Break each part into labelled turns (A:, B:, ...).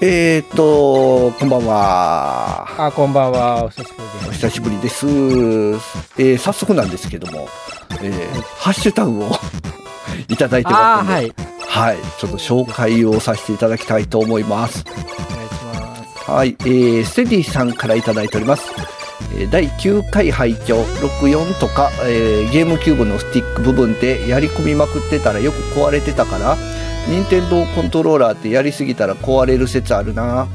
A: えー、っと、こんばんは。
B: あ、こんばんは。お久しぶり
A: お
B: です。
A: 久しぶりです。えー、早速なんですけども、えー、ハッシュタグを いただいて
B: あ
A: ます
B: ー
A: ので、
B: は
A: はい、
B: い。
A: ちょっと紹介をさせていただきたいと思います。
B: お願いします。
A: はい、えー、ステディさんからいただいております。えー第9回拝聴64とか、えーゲームキューブのスティック部分でやり込みまくってたらよく壊れてたから任天堂コントローラーってやりすぎたら壊れる説あるな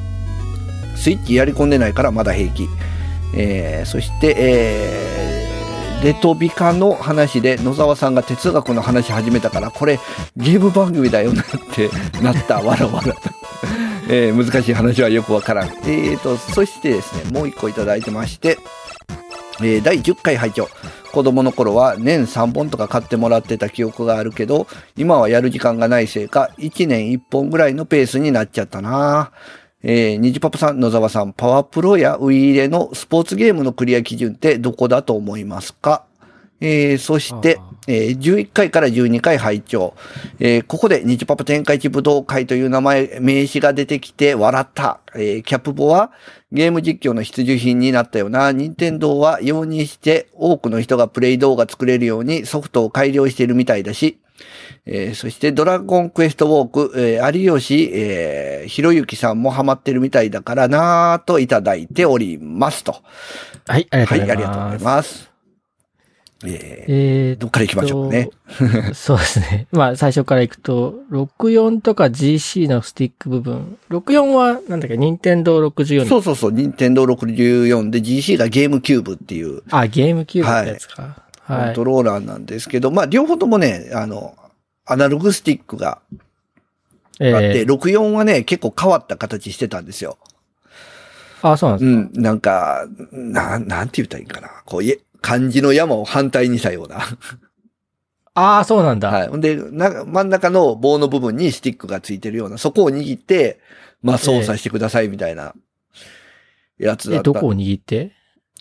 A: スイッチやり込んでないからまだ平気、えーそして、えーレトビカの話で野沢さんが哲学の話始めたからこれゲーム番組だよなって なったわらわら えー難しい話はよくわからん。えー、と、そしてですね、もう一個いただいてまして、えー第10回拝聴子供の頃は年3本とか買ってもらってた記憶があるけど、今はやる時間がないせいか、1年1本ぐらいのペースになっちゃったなえー、にじぱぱさん、野沢さん、パワープロやウイイレのスポーツゲームのクリア基準ってどこだと思いますかえーそして
B: ああ、
A: えー11回から12回拝聴、えーここで日パパ展開地武道会という名前、名詞が出てきて笑った。えーキャプボはゲーム実況の必需品になったよな。任天堂は容認して多くの人がプレイ動画作れるようにソフトを改良しているみたいだし、えーそしてドラゴンクエストウォーク、えー有吉、えーひろゆきさんもハマってるみたいだからなぁといただいておりますと。
B: はい、あり
A: は
B: がとう
A: い、あ
B: ござい
A: りがとうご
B: ま
A: ざい
B: す。
A: ます。えー
B: えー
A: どっから行きましょうかね。
B: そうですね。まあ、最初から行くと、64とか GC のスティック部分。64は、なんだっけ、任天堂64
A: そ
B: の。
A: うそうそう、任天堂64で GC がゲームキューブっていう
B: あ、ゲームキューブってやつか。
A: コ
B: はい。
A: ントローラーなんですけど、まあ両方ともね、あの、アナログスティックがあって、
B: えー
A: 64はね、結構変わった形してたんですよ。
B: あ、そうなんで
A: う
B: す
A: ん、なんか、なん、なんて言ったらいいんかな。こう、いえ漢字の山を反対にしたような。
B: ああ、そうなんだ。
A: はい。ほんで、な、真ん中の棒の部分にスティックがついてるような、そこを握って、まあ操作してくださいみたいな、やつだ
B: え、
A: ったん
B: ど
A: で
B: こを握って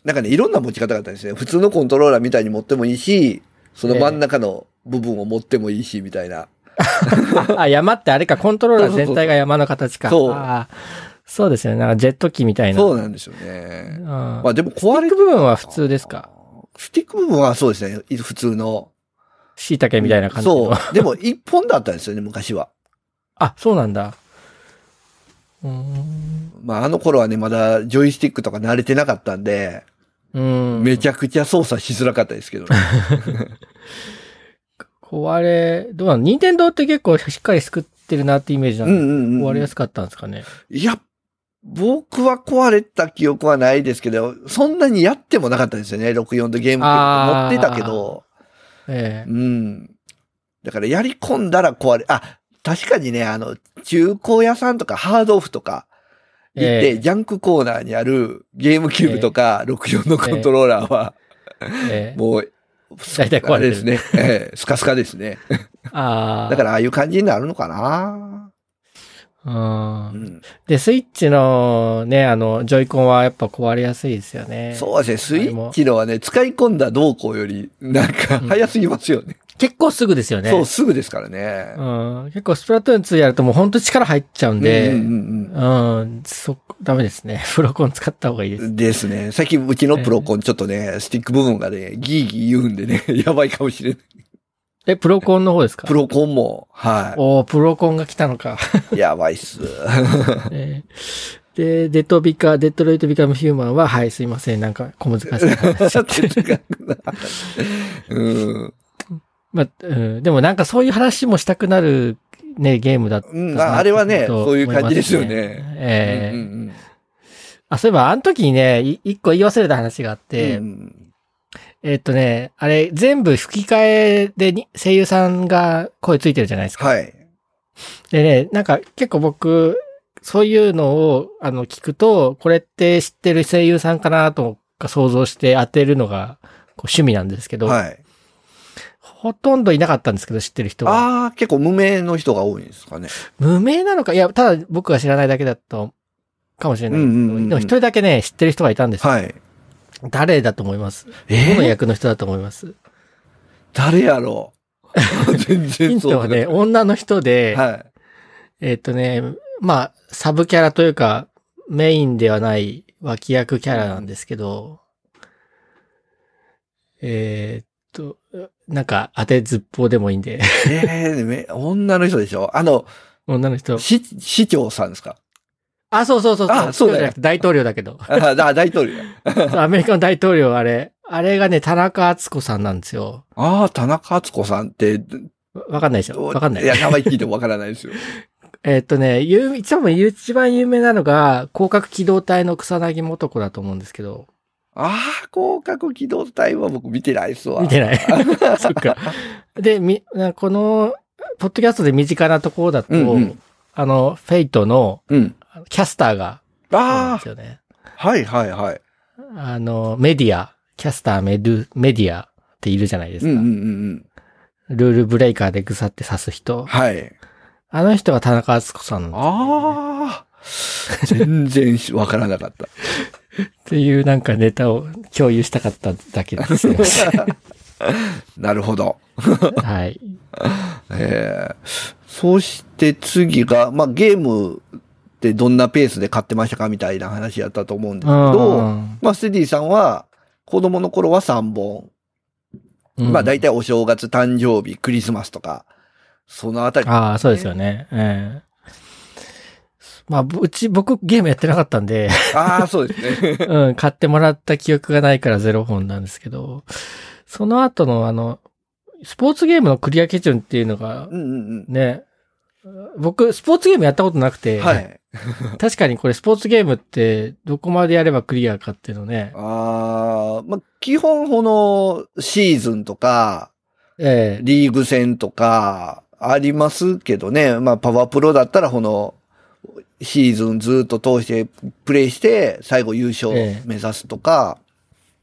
A: なんかね、いろんな持ち方があったんですね。普通のコントローラーみたいに持ってもいいし、その真ん中の部分を持ってもいいし、みたいな。
B: あ、山ってあれか、コントローラー全体が山の形か。
A: そう
B: あーそうですよね。なんかジェット機みたいな。
A: そう
B: な
A: なんですよね。
B: ま
A: まあでも壊
B: スティ
A: れ
B: ック部分は普通ですか。
A: スティック部分はそうですね。い普通の。
B: 椎茸みたいな感じの。
A: そう。でも一本だったんですよね、昔は。
B: あ、そうなんだ。うーん。
A: まああの頃はね、まだジョイスティックとか慣れてなかったんで、
B: うん。
A: めちゃくちゃ操作しづらかったですけどね。
B: 壊れ、どうなの任天堂って結構しっかり作ってるなってイメージな
A: うん
B: んで、
A: うんう
B: 壊れ
A: ん
B: や。すかったんですかね。
A: いや、僕は壊れた記憶はないですけど、そんなにやってもなかったんですよね、64とゲームキューブ持ってたけど。
B: ええ
A: うん。だからやり込んだら壊れ、あ、確かにね、あの、中古屋さんとかハードオフとか行って、
B: ええ
A: ジャンクコーナーにあるゲームキューブとか64のコントローラーは、
B: ええ
A: もう、
B: 大体
A: あ
B: 壊
A: れで
B: れて
A: す
B: る。
A: ね。ええスカスカですね。
B: ああ。
A: だからああいう感じになるのかな。う
B: らうん。
A: ん、
B: で、スイッチのね、あの、ジョイコンはやっぱ壊れやすいですよね。
A: そうですね、スイ
B: あれも
A: ッチのはね、使い込んだ動向より、なんか、
B: うん
A: 早すぎますよね,、
B: 結構すぐですよね。
A: そう、すぐですからね。
B: うん。結構スプラトゥーン2やるともうほんと力入っちゃうんで、
A: う
B: うん
A: うん
B: ん、
A: うん
B: そ、ダメですね。 プロコン使った方がいいです。
A: ですね。最近うちのプロコンちょっとね、スティック部分がね、ギーギー言うんでね、 やばいかもしれない。
B: え、プロコンの方ですか
A: プロコンも、は
B: おープロコンが来た のか。
A: い。やばいっ す。
B: えーで、デトビカ、デトロイトビカムヒューマンは、はい、すいません。なんか、小 難しい話しちゃって。
A: 哲学なうん。
B: まあ、うん、でもなんかそういう話もしたくなる、ね、ゲームだったな
A: うんああれはね
B: と
A: そういう感じですよね
B: 思います
A: え
B: えーあ、そういえば、あの時にね、い一個言い忘れた話があって、
A: うん
B: えっとね、あれ、全部吹き替えでに声優さんが声ついてるじゃないですか。
A: はい。
B: でね、なんか結構僕、そういうのを、あの、聞くと、これって知ってる声優さんかなとか想像して当てるのが、こう趣味なんですけど、
A: はい。
B: ほとんどいなかったんですけど、知ってる人は。
A: ああ、結構無名の人が多いんですかね。
B: 無名なのかいや、ただ僕が知らないだけだと、かもしれないですけど
A: うんうんうんうん
B: でも一人だけね、知ってる人がいたんですよ。
A: はい。
B: 誰だと思います
A: え
B: どの
A: ー、
B: 役の人だと思います
A: 誰やろう 全
B: ヒン
A: 然
B: ト
A: そう
B: は
A: だね
B: ね、女の人で、
A: は
B: えっとね、まあ、サブキャラというか、メインではない脇役キャラなんですけど、えーっと、なんか当てずっぽうでもいいんで、
A: ええめ女の人でしょあの、
B: 女の人。
A: 市、市長さんですか
B: あ、そうそうそうそう。
A: あそうだよ
B: じゃなくて大統領だ けど。
A: あ、だ大統領。
B: そうアメリカの大統領あれ、あれがね、田中敦子さんなんですよ。
A: ああ、田中敦子さんって、
B: わわかんないでしょわかんない。
A: いや、名前聞いてもわからないです よ。
B: えーっとね、有一番一番有名なのが、広角機動隊の草薙素子だと思うんですけど、
A: ああ、広角機動隊は僕見てないっすわ。
B: 見てないそっか。で、み、なこの、ポッドキャストで身近なところだと、
A: うんうん
B: あの、フェイトの
A: うん。
B: あのキャスターが、なん
A: あ
B: ですよね。
A: あ、はいはいはい。
B: あの、メディア、キャスターメル、メディアっているじゃないです
A: うん
B: か。
A: うんうん
B: ルールブレイカーでぐさって刺す
A: うん。
B: 人。
A: はい。
B: あの人が田中敦子さん
A: ああ、全然しわからなかった。
B: っていうなんかネタを共有したかっただけです よ。
A: なるほど。
B: はい。
A: ええそして次が、まあ、ゲームってどんなペースで買ってましたかみたいな話やったと思うんですけど、まあ、ステディさんは、子供の頃は3本。
B: うん
A: まあ、大体お正月、誕生日、クリスマスとか、そのあたり。
B: ああ、そうですよね。ええまあ、ぶうち、僕ゲームやってなかったんで、
A: ああ、そうですね。
B: うん、買ってもらった記憶がないからゼロ本なんですけど、その後のあの、スポーツゲームのクリア基準っていうのが
A: う、んうん
B: ね、僕、スポーツゲームやったことなく
A: う
B: て、
A: ん。はい。
B: 確かにこれスポーツゲームってどこまでやればクリアかっていうのね、
A: ああ、まあ、基本このシーズンとか、
B: ええ
A: リーグ戦とか、ありますけどね。まあ、パワープロだったら、この、シーズンずっと通して、プレイして、最後優勝
B: ええ
A: 目指すとか、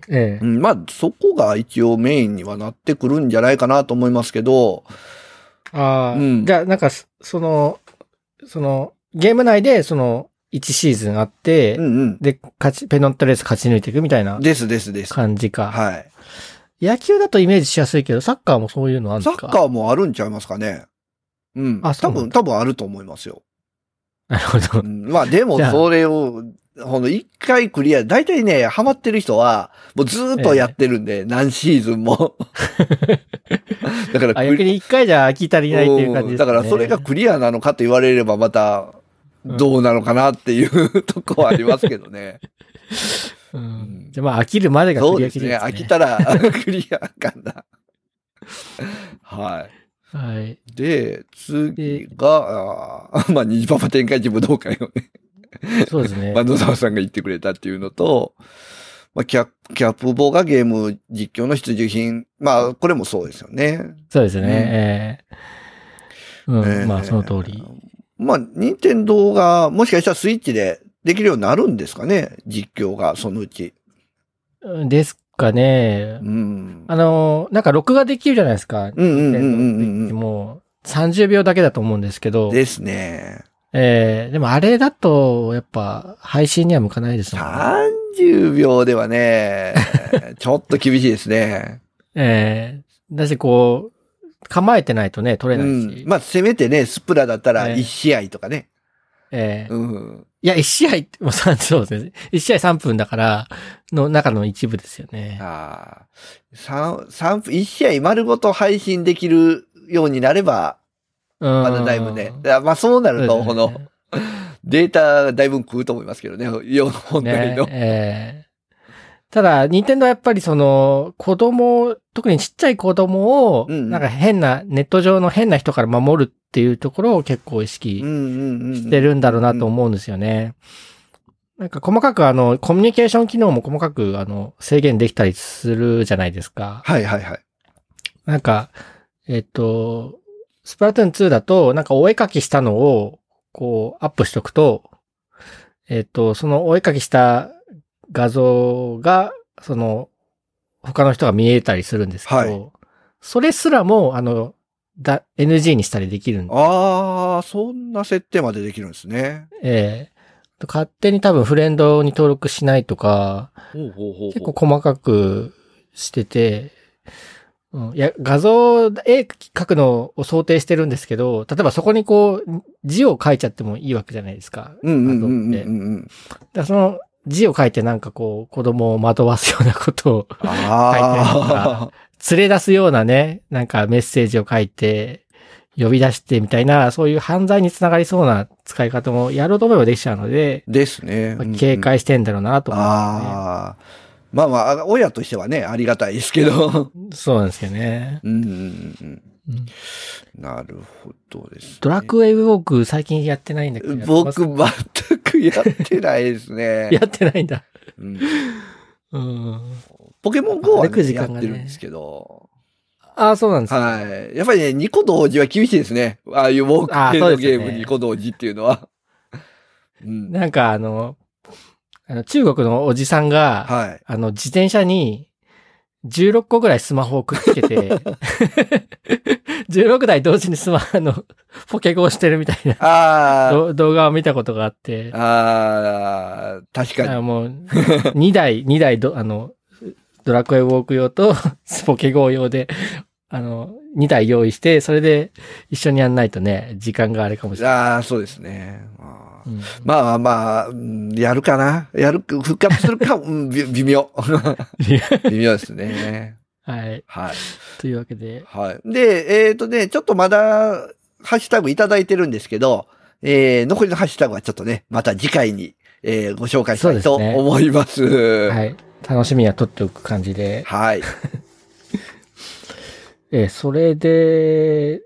B: え
A: う
B: え
A: んまあ、そこが一応メインにはなってくるんじゃないかなと思いますけど、
B: ああ、
A: うん
B: じゃあ、なんかそ、その、その、ゲーム内で、その、1シーズンあって、
A: うん
B: で、勝ち、ペナントレース勝ち抜いていくみたいな
A: うん。ですですです。は
B: 感じか。
A: い。
B: 野球だとイメージしやすいけど、サッカーもそういうのあるんで
A: サ
B: すか
A: ッカーもあるんちゃいますかね。うん。
B: あそ
A: 多
B: うな
A: 分、
B: ん
A: 多分あると思います よ。
B: なるほど
A: う。んまあでも
B: じゃあ
A: それを、この一回クリア、大体ね、ハマってる人は、もうずーっとやってるんで、何シーズン も。だからク
B: あ、逆
A: リ
B: に一回じゃ飽き足りないっていう感じです、ね。
A: だからそれがクリアなのかと言われればまた、どうなのかなっていう とこはありますけど ね。
B: うん、
A: ん
B: じゃあまあ飽きるまでが
A: そう
B: クリ
A: で
B: ア
A: す
B: 切り
A: ね。
B: ですね。
A: 飽きたら クリアかな。はい。
B: はい。
A: で、次が、あー まあ、虹パパ展開時武道会をね、
B: そうです ね。
A: バンド沢さんが言ってくれたっていうのと、まあ、キャキャップ棒がゲーム実況の必需品。まあ、これもそうですよね。
B: そうですね。ええうん、
A: ええ
B: まあその通り。。
A: まあ、任天堂が、もしかしたらスイッチでできるようになるんですかね実況が、そのうち。
B: うんですかね
A: う。ん。
B: あの、なんか録画できるじゃないですか。
A: うんうんうんうんうんうん。
B: もう30秒だけだと思うんですけど、
A: ですね。
B: えーでもあれだと、やっぱ配信には向かないですもんね。
A: 30秒ではね、 ちょっと厳しいですね。
B: えーだしこう、構えてないとね、取れな
A: う
B: い
A: ん
B: し。。
A: まあ、せめてね、スプラだったら
B: ええ
A: 1試合とかね。
B: えー
A: うん。
B: いや、1試合って、もう3、そうですね。1試合3分だから、の中の一部ですよね。
A: ああ。三、三分、一試合丸ごと配信できるようになれば、
B: うん
A: まだだいぶね。だまあそうなると、この、データがだいぶ食うと思いますけどね、よ本
B: ね
A: 来の。
B: えーただ、任天堂はやっぱりその、子供、特にちっちゃい子供を、
A: うんうん
B: なんか変な、ネット上の変な人から守るっていうところを結構
A: う
B: 意
A: ん
B: 識
A: うんうん。
B: してるんだろうなと思うんですよね。なんか細かくあの、コミュニケーション機能も細かくあの、制限できたりするじゃないですか。
A: はいはいはい。
B: なんか、えっと、スプラトゥーン2だと、なんかお絵かきしたのを、こう、アップしとくと、えっと、そのお絵かきした画像が、その、他の人が見えたりするんですけど、
A: はい
B: それすらも、あの、だ、NG にしたりできるんで、
A: ああ、そんな設定までできるんですね。
B: ええ勝手に多分フレンドに登録しないとか、
A: ほうほうほう
B: 結構細かくしてて、うん、いや、画像、絵描くのを想定してるんですけど、例えばそこにこう、字を書いちゃってもいいわけじゃないですか。
A: うんうんうんうん
B: 画像
A: う
B: って
A: んうん。
B: だからその字を書いてなんかこう、子供を惑わすようなことを、
A: ああ。
B: 連れ出すようなね、なんかメッセージを書いて、呼び出してみたいな、そういう犯罪につながりそうな使い方もやろうと思えばできちゃうので、
A: ですね
B: まあ。警戒してんだろうな
A: と
B: と
A: か、
B: 思うんですよね
A: ああ。まあまあ、親としてはね、ありがたいですけ ど。
B: そうなんですよね。
A: うんうんうん。
B: うん
A: なるほどです、ね。
B: ドラクエウォーク最近やってないんだけど。
A: 僕、全くやってないですね。
B: やってないんだ。
A: うん
B: うん。
A: ポケモン GO は、
B: 歩く
A: ね
B: 時
A: や
B: 間がね
A: ってるんですけど。
B: ああ、そうなんですか。
A: はい。やっぱりね、2個同時は厳しいですね。ああいうウォーク
B: あー
A: 系
B: そう
A: の
B: ですよ
A: ゲ
B: ね
A: ーム2個同時っていうのは。うん。
B: なんかあの、あの中国のおじさんが、
A: はい。
B: あの、自転車に16個ぐらいスマホをくっつ けて、16台同時にスマ、あの、ポケゴをしてるみたいな
A: あ
B: ど動画を見たことがあって
A: あ、、ああ、確か
B: あ
A: に。
B: も う、2台、2台ど、あの、ドラクエウォーク用と、 スポケゴ用で、あの、2台用意して、それで一緒にやんないとね、時間があれかもしれない。
A: ああ、そうですね。あー
B: うん
A: まあまあまあうん、やるかな。やる、復活する か、うんび微妙。 微妙ですね。
B: はい。
A: はい。
B: というわけで、
A: はい。で、えっ、とね、ちょっとまだ、ハッシュタグいただいてるんですけど、えー、残りのハッシュタグはちょっとね、また次回に、えー、ご紹介したいと
B: そうですね
A: 思います。は。
B: はいい。楽しみには取っておく感じで、えーそれで、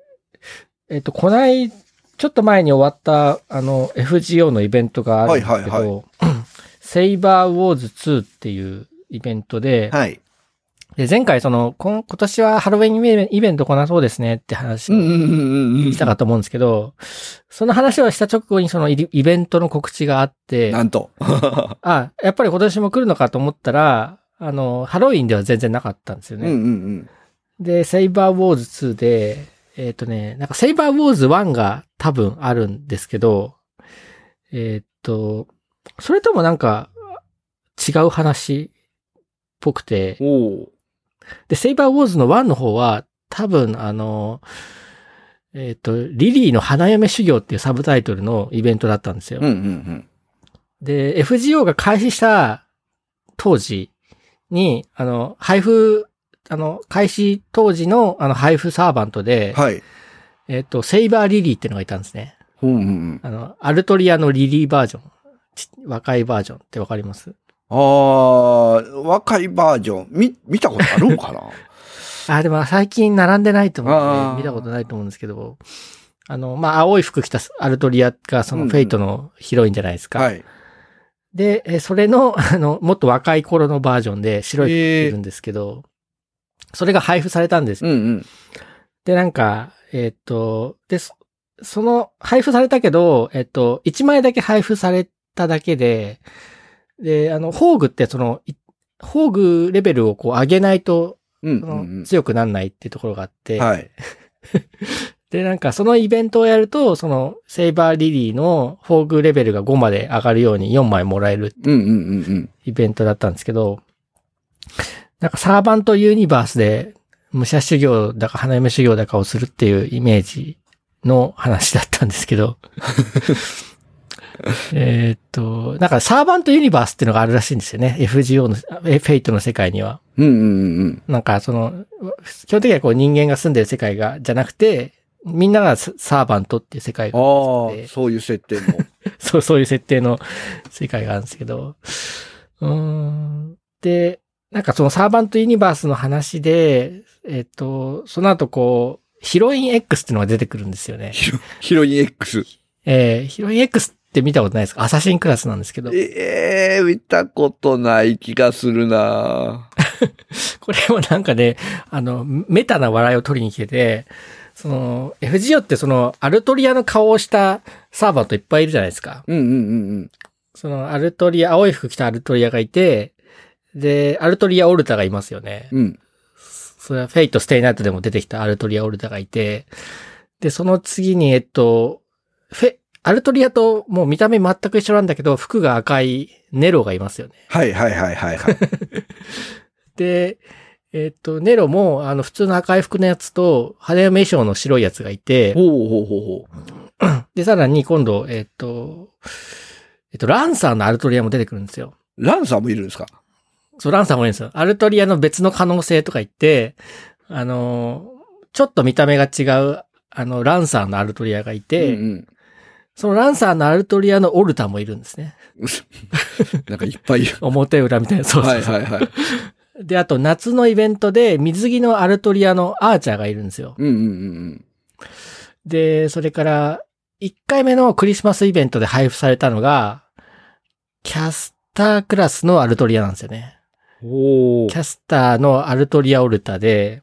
B: えっ、と、こない、ちょっと前に終わった、あの、FGO のイベントがあるんですけど、
A: はいはい
B: セイバーウォーズ2っていうイベントで、
A: はい。
B: で前回その、こん今年はハロウィンイベイベント来なそうですねって話
A: うんう
B: を
A: んうんうん
B: したかと思うんですけど、その話をした直後にそのイイベントの告知があって、
A: なんと。
B: あ、やっぱり今年も来るのかと思ったら、あの、ハロウィンでは全然なかったんですよ
A: う
B: ね。
A: んうんうん。
B: で、セイバーウォーズ2で、えっ、とね、なんかセイバーウォーズ1が多分あるんですけど、えっ、と、それともなんか違う話っぽくて、
A: おー
B: で、セイバーウォーズの1の方は多分あの、えっ、と、リリーの花嫁修行っていうサブタイトルのイベントだったんですよ。
A: うんうんうん。
B: で、FGO が開始した当時に、あの、配布、あの、開始当時のあの配布サーバントで、
A: はい。
B: えっ、と、セイバーリリーっていうのがいたんですね。
A: うんうんうん。
B: あの、アルトリアのリリーバージョン。ち若いバージョンってわかります
A: あー、若いバージョン、み、見たことあるん かな
B: あ、でも最近並んでないと思うん
A: あー
B: で、見たことないと思うんですけど、あの、まあ、青い服着たアルトリアがそのフェイトのヒロインじゃないですか。
A: はい。
B: で、えーそれの、あの、もっと若い頃のバージョンで白い服着るんですけど、それが配布されたんです。
A: うんうん。
B: で、なんか、えーっと、で、そその、配布されたけど、えーっと、1枚だけ配布されただけで、で、あの、宝具ってその、い宝具レベルをこう上げないと、
A: うん
B: そうの
A: ん
B: 強くなんないっていうところがあっ
A: う
B: て、
A: ん。はい。
B: で、なんかそのイベントをやると、その、セイバーリリーの宝具レベルが5まで上がるように4枚もらえる
A: うんうんうんうん。
B: イベントだったんですけど、なんかサーバントユニバースで武者修行だか花嫁修行だかをするっていうイメージの話だったんですけど、えーっと、なんかサーバントユニバースっていうのがあるらしいんですよね。FGO の、あえフェイトの世界には。
A: うんうんうんうん。
B: なんかその、基本的にはこう人間が住んでる世界が、じゃなくて、みんながササーバントっていう世界
A: あ
B: が
A: ー、そういう設定も。
B: そう、そういう設定の世界があるんですけど。うーん。で、なんかそのサーバントユニバースの話で、えっ、と、その後こう、ヒロイン X っていうのが出てくるんですよね。
A: ヒロヒロイン X。
B: えーヒロイン X って見たことないですかアサシンクラスなんですけど。
A: ええー、見たことない気がするな
B: これもなんかね、あの、メタな笑いを取りに来てて、その、FGO ってその、アルトリアの顔をしたサーバントいっぱいいるじゃないですか。
A: うんうん
B: その、アルトリア、青い服着たアルトリアがいて、で、アルトリアオルタがいますよね。
A: うんうん。
B: それはフェイト、ステイナイトでも出てきたアルトリア・オルタがいて、で、その次に、えっと、フェ、アルトリアともう見た目全く一緒なんだけど、服が赤いネロがいますよね。
A: はいはいはいはいはい。
B: で、えっと、ネロも、あの、普通の赤い服のやつと、派手な名称の白いやつがいて、
A: ほうほうほうほう。
B: で、さらに今度、えっと、えっと、ランサーのアルトリアも出てくるんですよ。
A: ランさんもいるんですか
B: そう、ランサーもいるんですよ。アルトリアの別の可能性とか言って、あの、ちょっと見た目が違う、あの、ランサーのアルトリアがいて、
A: うん
B: そのランサーのアルトリアのオルタもいるんですね。
A: うん。なんかいっぱいいる。
B: 表裏みたいな、そうそう
A: はいはいはい。
B: で、あと夏のイベントで水着のアルトリアのアーチャーがいるんですよ。
A: うんうんうん
B: で、それから、1回目のクリスマスイベントで配布されたのが、キャスタークラスのアルトリアなんですよね。
A: うん。お
B: キャスターのアルトリアオルタで、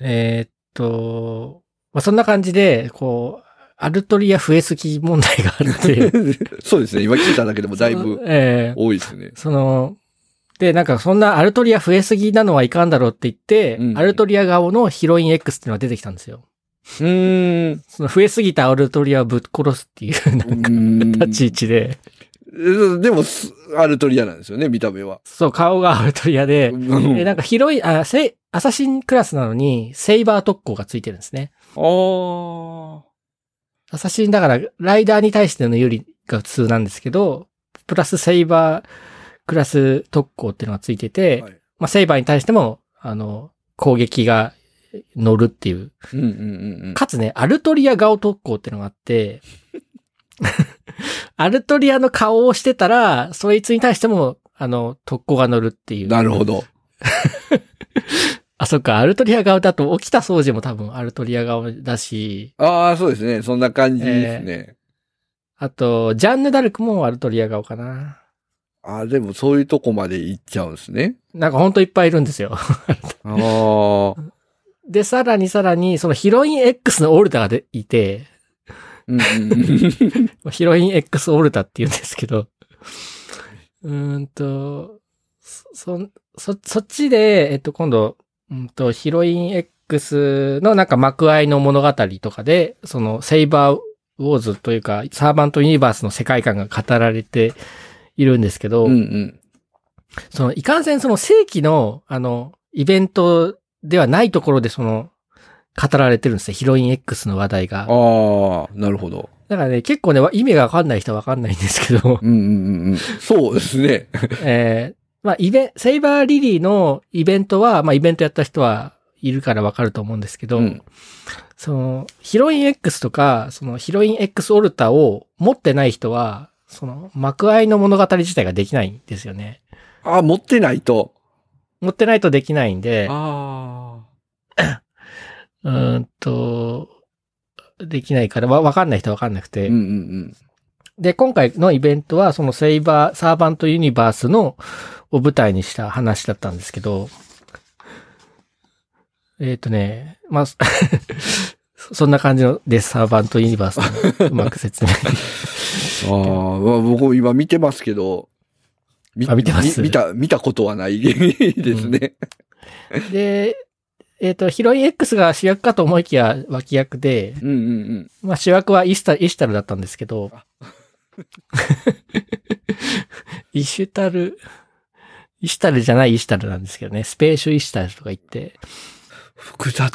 B: えーっと、まあ、そんな感じで、こう、アルトリア増えすぎ問題があるっていう。
A: そうですね。今聞いただけで もだいぶ
B: ええ
A: 多いですね。
B: その、で、なんかそんなアルトリア増えすぎなのはいかんだろうって言って、
A: うん
B: アルトリア顔のヒロイン X っていうのが出てきたんですよ。
A: うーん。
B: その増えすぎたアルトリアをぶっ殺すっていう、なんか、立ち位置で。
A: うんでも、すアルトリアなんですよね、見た目は。
B: そう、顔がアルトリアで
A: う、
B: え
A: ん
B: なんか広い、あ、セイアサシンクラスなのに、セイバー特攻がついてるんですね。
A: あ
B: アサシンだから、ライダーに対しての有利が普通なんですけど、プラスセイバークラス特攻っていうのがついてて、
A: はい
B: まあ、セイバーに対しても、あの、攻撃が乗るっていう。
A: ー。うんうんうんうん。
B: かつね、アルトリア顔特攻っていうのがあって、 アルトリアの顔をしてたら、そいつに対しても、あの、特攻が乗るっていう。
A: なるほど。
B: あ、そっか、アルトリア顔だと、起きた掃除も多分アルトリア顔だし、
A: ああ、そうですね。そんな感じですね。
B: あと、ジャンヌ・ダルクもアルトリア顔かな。
A: ああ、でもそういうとこまで行っちゃうんですね。
B: なんかほんといっぱいいるんですよ。
A: ああ。
B: で、さらにさらに、そのヒロイン X のオルタがでいて、
A: うんうんうん
B: ヒロイン X オルタって言うんですけど、うーんと、そ、そんそ、そっちで、えっと、今度、うんと、ヒロイン X のなんか幕合いの物語とかで、その、セイバーウォーズというか、サーバントユニバースの世界観が語られているんですけど、
A: うんうん。
B: その、いかんせんその正規の、あの、イベントではないところでその、語られてるんですね。ヒロイン X の話題が。
A: ああ、なるほど。
B: だからね、結構ね、わ意味がわかんない人はわかんないんですけど、
A: うんうんうんうん。そうですね。
B: えーまあ、イベン、セイバーリリーのイベントは、まあ、イベントやった人はいるからわかると思うんですけど、
A: うん
B: その、ヒロイン X とか、その、ヒロイン X オルタを持ってない人は、その、幕合いの物語自体ができないんですよね。
A: ああ、持ってないと。
B: 持ってないとできないんで、
A: あ
B: うーんと、できないから、わ、わかんない人はわかんなく
A: あ。
B: て、
A: うんうん
B: で、今回のイベントは、そのセイバー、サーバントユニバースの、を舞台にした話だったんですけど、えっ、とね、まあ、 そそんな感じのです、サーバントユニバースのうまく説明。
A: うん。ああ、まあ僕今見てますけど。み
B: あ見てます
A: み見た、見たことはないですね。
B: で、えっ、と、ヒロイン X が主役かと思いきや脇役で、
A: うんうん
B: まあ主役はイシュタイシュタルだったんですけど、 イシュタル、イシュタルじゃないイシュタルなんですけどね、スペーシュイシュタルとか言って、
A: 複雑。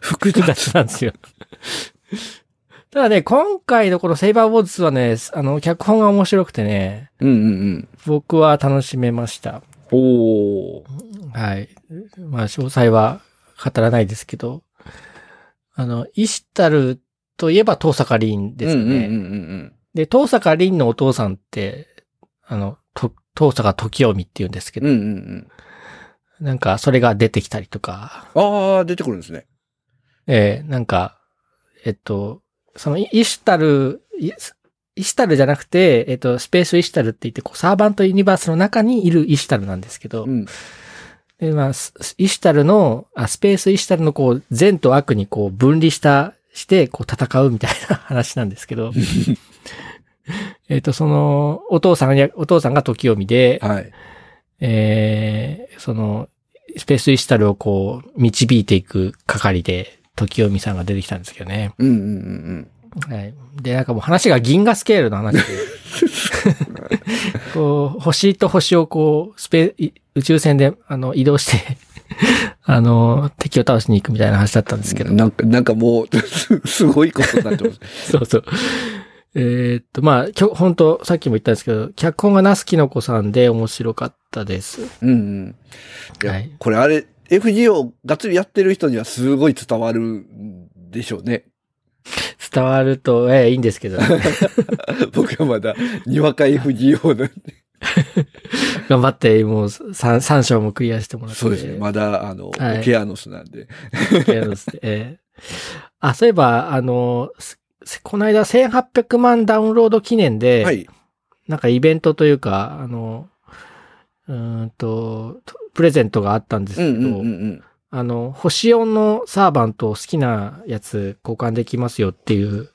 A: 複
B: 複
A: 雑。
B: 雑なんですよ。 ただね、今回のこのセイバーウォーズはね、あの、脚本が面白くてね、
A: うんうん
B: 僕は楽しめました。
A: うん。おお。
B: はい。まあ、詳細は語らないですけど、あの、イシタルといえば遠坂凛ですよね。
A: うんうんうんうん
B: で、遠坂凛のお父さんって、あの、と遠坂時臣って言うんですけ
A: うん。
B: ど、
A: うんうんうん。
B: なんかそれが出てきたりとか、
A: ああ、出てくるんですね。
B: ええなんか、えっと、そのイ、イシュタル、イイシュタルじゃなくて、えっと、スペースイシュタルって言って、こう、サーバントユニバースの中にいるイシュタルなんですけど、
A: うん。
B: で、まあ、スイシュタルの、あ、スペースイシュタルのこう、善と悪にこう、分離した、して、こう、戦うみたいな 話なんです けど、えっと、その、お父さんや、お父さんが時読みで、
A: はい。
B: えーその、スペースイシュタルをこう、導いていく係で、時読みさんが出てきたんですけどね。
A: うんうんうん
B: はい。で、なんかもう話が銀河ス ケールの話で。こう、星と星をこう、スペ、い宇宙船で、あの、移動 して、あの、敵を倒しに行くみたいな話だったんですけど。
A: なんか、なんかもう、 すすごいことになってます。
B: そうそう。えーっと、まあ、きょ、本当さっきも言ったんですけど、脚本がナスキノコさんで面白かったです。
A: うんうん。いや、
B: はい
A: これあれ、FGO がっつりやってる人にはすごい伝わるんでしょうね。
B: 伝わると、ええいいんですけど、
A: 僕はまだ、にわか FGO なんで。
B: 頑張って、もう3、三章もクリアしてもらって。
A: そうですね。まだ、あの、
B: はい
A: オケアノスなんで。
B: やるんですねええあ、そういえば、あの、すこの間1800万ダウンロード記念で、
A: はい。
B: なんかイベントというか、あの、うーんと、とプレゼントがあったんです
A: うん
B: けど、
A: うんうんうん。
B: あの、星4のサーバンと好きなやつ交換できますよっていう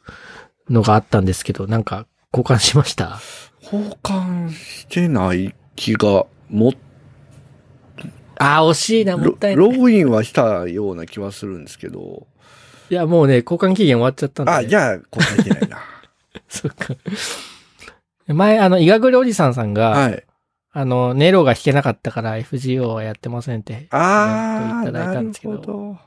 B: のがあったんですけど、なんか交換しました
A: 交換してない気が、もっ
B: あー、惜しいな、も
A: ロ
B: ったいない。
A: ログインはしたような気はするんですけど。
B: いや、もうね、交換期限終わっちゃったんで。
A: あ、じゃあ、答えてない な。
B: そっか。前、あの、イガグリおじさんさんが、
A: はい。
B: あの、ネロが弾けなかったから FGO はやってませんって。
A: あー、
B: コメントいただい
A: な
B: たん
A: る
B: ですけど
A: ほど。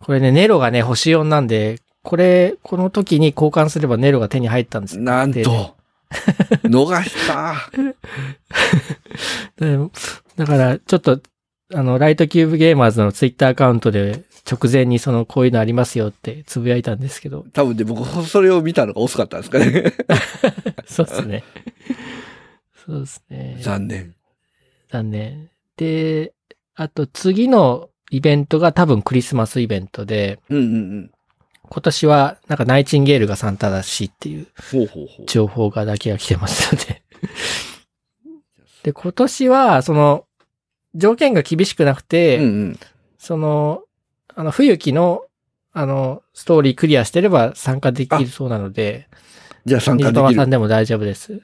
B: これね、ネロがね、星4なんで、これ、この時に交換すればネロが手に入ったんです。
A: なん と。逃した。
B: でだから、ちょっと、あの、ライトキューブゲーマーズのツイッターアカウントで、直前にその、こういうのありますよってつぶやいたんで すけど、
A: 多分で僕、それを見たのが遅かったんですかね。
B: そうですね。そうですね。
A: 残念。
B: 残念。で、あと次のイベントが多分クリスマスイベントで、
A: うんうんうん。
B: 今年はなんかナイチンゲールがサンタだしっていう
A: ほうほうほう。
B: 情報がだけが来てますので。 で、今年は、その、条件が厳しくなくて、
A: うんうん。
B: その、あの、冬木の、あの、ストーリークリアしてれば参加できるそうなので、
A: じゃあ参加
B: 水
A: で
B: 玉
A: き
B: さん
A: る。
B: でも大丈夫です。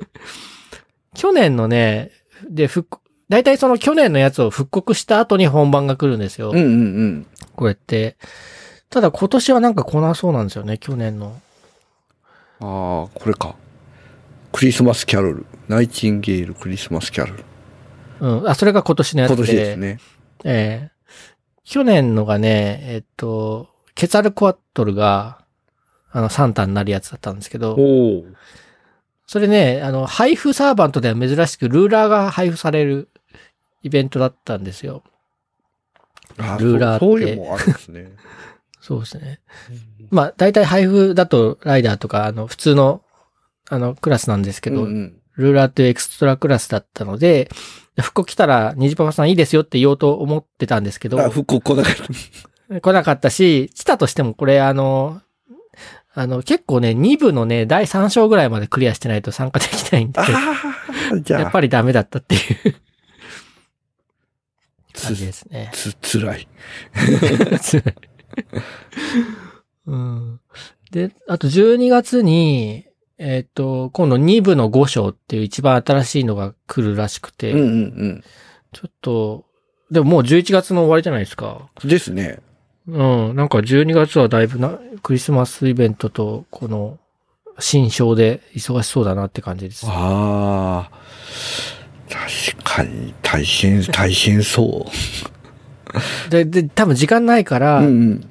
B: 去年のね、で、復刻、大体その去年のやつを復刻した後に本番が来るんですよ。
A: うんうんうん。
B: こうやって。ただ今年はなんか来なそうなんですよね、去年の。
A: ああ、これか。クリスマスキャロル。ナイチンゲールクリスマスキャロル。
B: うん。あ、それが今年のやつで。
A: 今年ですね。
B: ええ去年のがね、えっと、ケツァルコアトルが、あの、サンタになるやつだったんですけど、
A: おお。
B: それね、あの、配布サーバントでは珍しくルーラーが配布されるイベントだったんですよ。
A: あ
B: ルーラーって
A: そうそういうのもあるんですね。
B: そうですね。まあ、大体配布だとライダーとか、あの、普通の、あの、クラスなんです け
A: うん
B: ど、
A: うん。
B: ルーラーというエクストラクラスだったので、服着たら、ニジパパさんいいですよって言おうと思ってたんですけど、
A: あ、復刻来なか った。
B: 来なかったし、来たとしてもこれあの、あの、結構ね、2部のね、第3章ぐらいまでクリアしてないと参加できないんで、
A: ああ、じ
B: や
A: ゃ
B: っ
A: あ、
B: ぱりダメだったっていう感
A: つ、
B: じですね。
A: つ、つらい。
B: うん、で、あと12月に、えっ、と、今度2部の5章っていう一番新しいのが来るらしくて、
A: うんうん
B: ちょっと、でももう11月の終わりじゃないですか。
A: うん。ですね。
B: うん、なんか12月はだいぶな、クリスマスイベントと、この、新章で忙しそうだなって感じです。
A: ああ。確かに、大 変、大変そう。
B: で、で、多分時間ないから、
A: うんうん。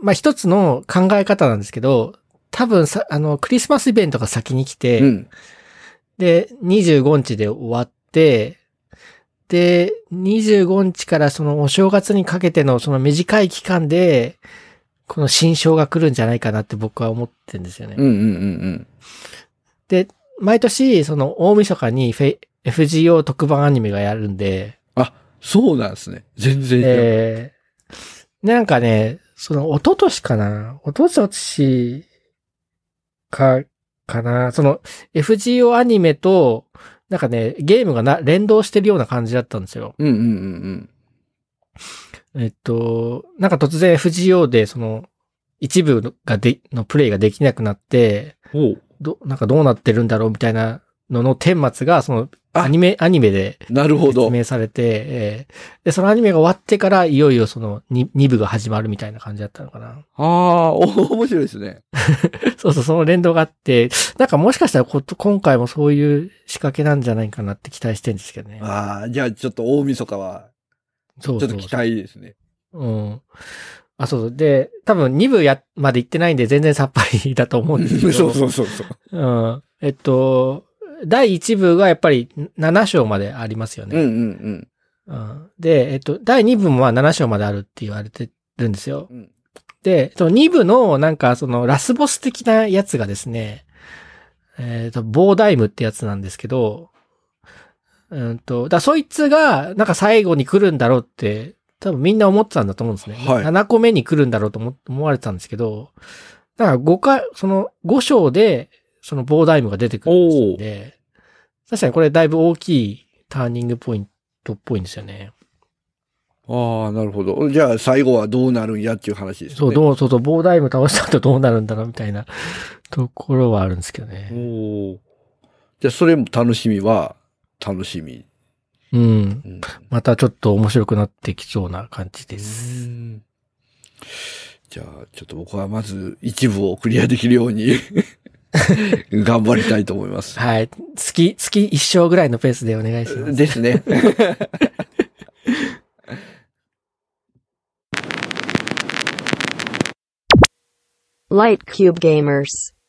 B: まあ一つの考え方なんですけど、多分さ、あの、クリスマスイベントが先に来て、
A: うん。
B: で、25日で終わって、で、25日からそのお正月にかけてのその短い期間で、この新章が来るんじゃないかなって僕は思ってるんですよね。
A: うんうんうん
B: で、毎年、その、大晦日にフェ FGO 特番アニメがやるんで、
A: そうなんですね。全然違う。
B: えー、なんかね、その、一昨年かな一昨年か、かなその、FGO アニメと、なんかね、ゲームがな、連動してるような感じだったんですよ。
A: うんうんうん
B: えっと、なんか突然 FGO で、その、一部のがで、のプレイができなくなって、
A: うん。おう。
B: ど、なんかどうなってるんだろうみたいなのの顛末が、その
A: あ
B: アニメ、アニメで
A: なるほ
B: 説
A: ど。
B: 明されて、えーで、そのアニメが終わってから、いよいよその 2, 部が始まるみたいな感じだったのかな。
A: ああ、お面白いですね。
B: そうそう、その連動があって、なんかもしかしたらこと今回もそういう仕掛けなんじゃないかなって期待してるんですけどね。
A: ああ、じゃあちょっと大晦日は、
B: そ
A: ちょ
B: う
A: っ
B: そ
A: と
B: うそう
A: 期待ですね。
B: うん。あ、そうそう。で、多分2部や、まで行ってないんで全然さっぱりだと思うんですけ ど。
A: そうそうそうそう。
B: うん。えっと、第1部がやっぱり7章までありますよ
A: うんう
B: ね。
A: ん
B: うんで、えっと、第2部もまあ7章まであるって言われてるんですよ。
A: うん。うん
B: で、その2部のなんかそのラスボス的なやつがですね、えっ、と、ボーダイムってやつなんですけど、うんと、だそいつがなんか最後に来るんだろうって、多分みんな思ってたんだと思うんですね。
A: はい
B: 7個目に来るんだろうと思思われてたんですけど、だから5回、その5章でそのボーダイムが出てくるんで、確かにこれだいぶ大きいターニングポイントっぽいんですよね。
A: ああ、なるほど。じゃあ最後はどうなるんやっていう話ですね。
B: そう、どう、そうそう、ボーダイム倒した後どうなるんだろうみたいなところはあるんですけどね。
A: おーじゃあそれも楽しみは、楽しみ。
B: うん。
A: うん
B: またちょっと面白くなってきそうな感じです。
A: うんじゃあ、ちょっと僕はまず一部をクリアできるよう に 頑張りたいと思います。
B: はい。月、月一章ぐらいのペースでお願いします。
A: ですね。
C: Light Cube Gamers.